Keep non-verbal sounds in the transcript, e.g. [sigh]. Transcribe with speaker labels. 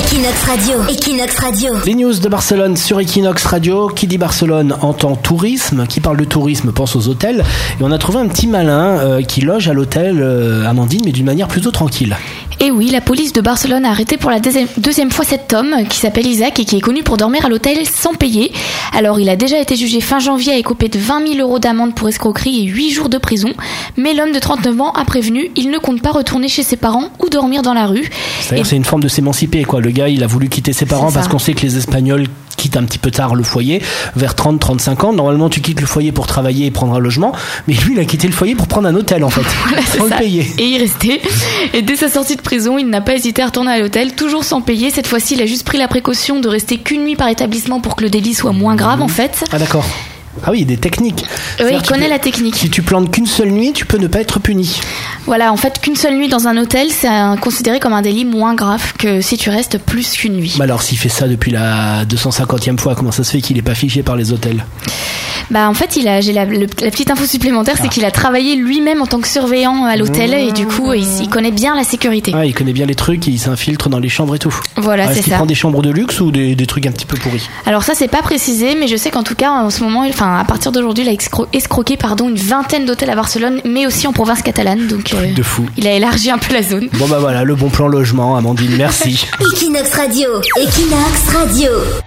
Speaker 1: Equinox Radio. Equinox Radio.
Speaker 2: Les news de Barcelone sur Equinox Radio. Qui dit Barcelone entend tourisme. Qui parle de tourisme pense aux hôtels. Et on a trouvé un petit malin euh, qui loge à l'hôtel euh, Amandine, mais d'une manière plutôt tranquille.
Speaker 3: Et Eh oui, la police de Barcelone a arrêté pour la deuxième- deuxième fois cet homme qui s'appelle Isaac et qui est connu pour dormir à l'hôtel sans payer. Alors, il a déjà été jugé fin janvier et copé de 20 000 euros d'amende pour escroquerie et 8 jours de prison. Mais l'homme de 39 ans a prévenu, il ne compte pas retourner chez ses parents ou dormir dans la rue.
Speaker 2: C'est-à-dire
Speaker 3: Et-
Speaker 2: c'est une forme de s'émanciper quoi. Le gars il a voulu quitter ses parents
Speaker 3: C'est ça.
Speaker 2: parce qu'on sait que les Espagnols quittent un petit peu tard le foyer vers 30-35 ans. Normalement tu quittes le foyer pour travailler et prendre un logement, mais lui il a quitté le foyer pour prendre un hôtel en
Speaker 3: [laughs]
Speaker 2: fait. Faut le
Speaker 3: ça.
Speaker 2: payer.
Speaker 3: et y rester. Et dès sa sortie de prison, il n'a pas hésité à retourner à l'hôtel, toujours sans payer. Cette fois-ci, il a juste pris la précaution de rester qu'une nuit par établissement pour que le délit soit moins grave, en fait.
Speaker 2: Ah d'accord. Ah oui, des techniques.
Speaker 3: Oui,
Speaker 2: C'est-à-dire,
Speaker 3: il
Speaker 2: tu
Speaker 3: connaît
Speaker 2: peux-
Speaker 3: la technique.
Speaker 2: Si tu plantes qu'une seule nuit, tu peux ne pas être puni.
Speaker 3: Voilà, en fait, qu'une seule nuit dans un hôtel, c'est un- considéré comme un délit moins grave que si tu restes plus qu'une nuit.
Speaker 2: Bah alors s'il fait ça depuis la 250e fois, comment ça se fait qu'il est pas fiché par les hôtels
Speaker 3: Bah, en fait, il a, j'ai la, le- la petite info supplémentaire,
Speaker 2: Ah.
Speaker 3: c'est qu'il a travaillé lui-même en tant que surveillant à l'hôtel et du coup, il,
Speaker 2: Mmh.
Speaker 3: il connaît bien la sécurité.
Speaker 2: Ah, il connaît bien les trucs, il s'infiltre dans les chambres et tout.
Speaker 3: Voilà,
Speaker 2: Ah,
Speaker 3: c'est
Speaker 2: Est-ce qu'il
Speaker 3: ça.
Speaker 2: prend des chambres de luxe ou des, des trucs un petit peu pourris
Speaker 3: Alors ça c'est pas précisé, mais je sais qu'en tout cas en ce moment, enfin à partir d'aujourd'hui, il a escro- escroqué pardon une vingtaine d'hôtels à Barcelone, mais aussi en province catalane. Donc euh,
Speaker 2: De fou.
Speaker 3: il a élargi un peu la zone. [laughs]
Speaker 2: Bon bah voilà, le bon plan logement, Amandine, merci.
Speaker 1: Equinox Radio. Equinox Radio.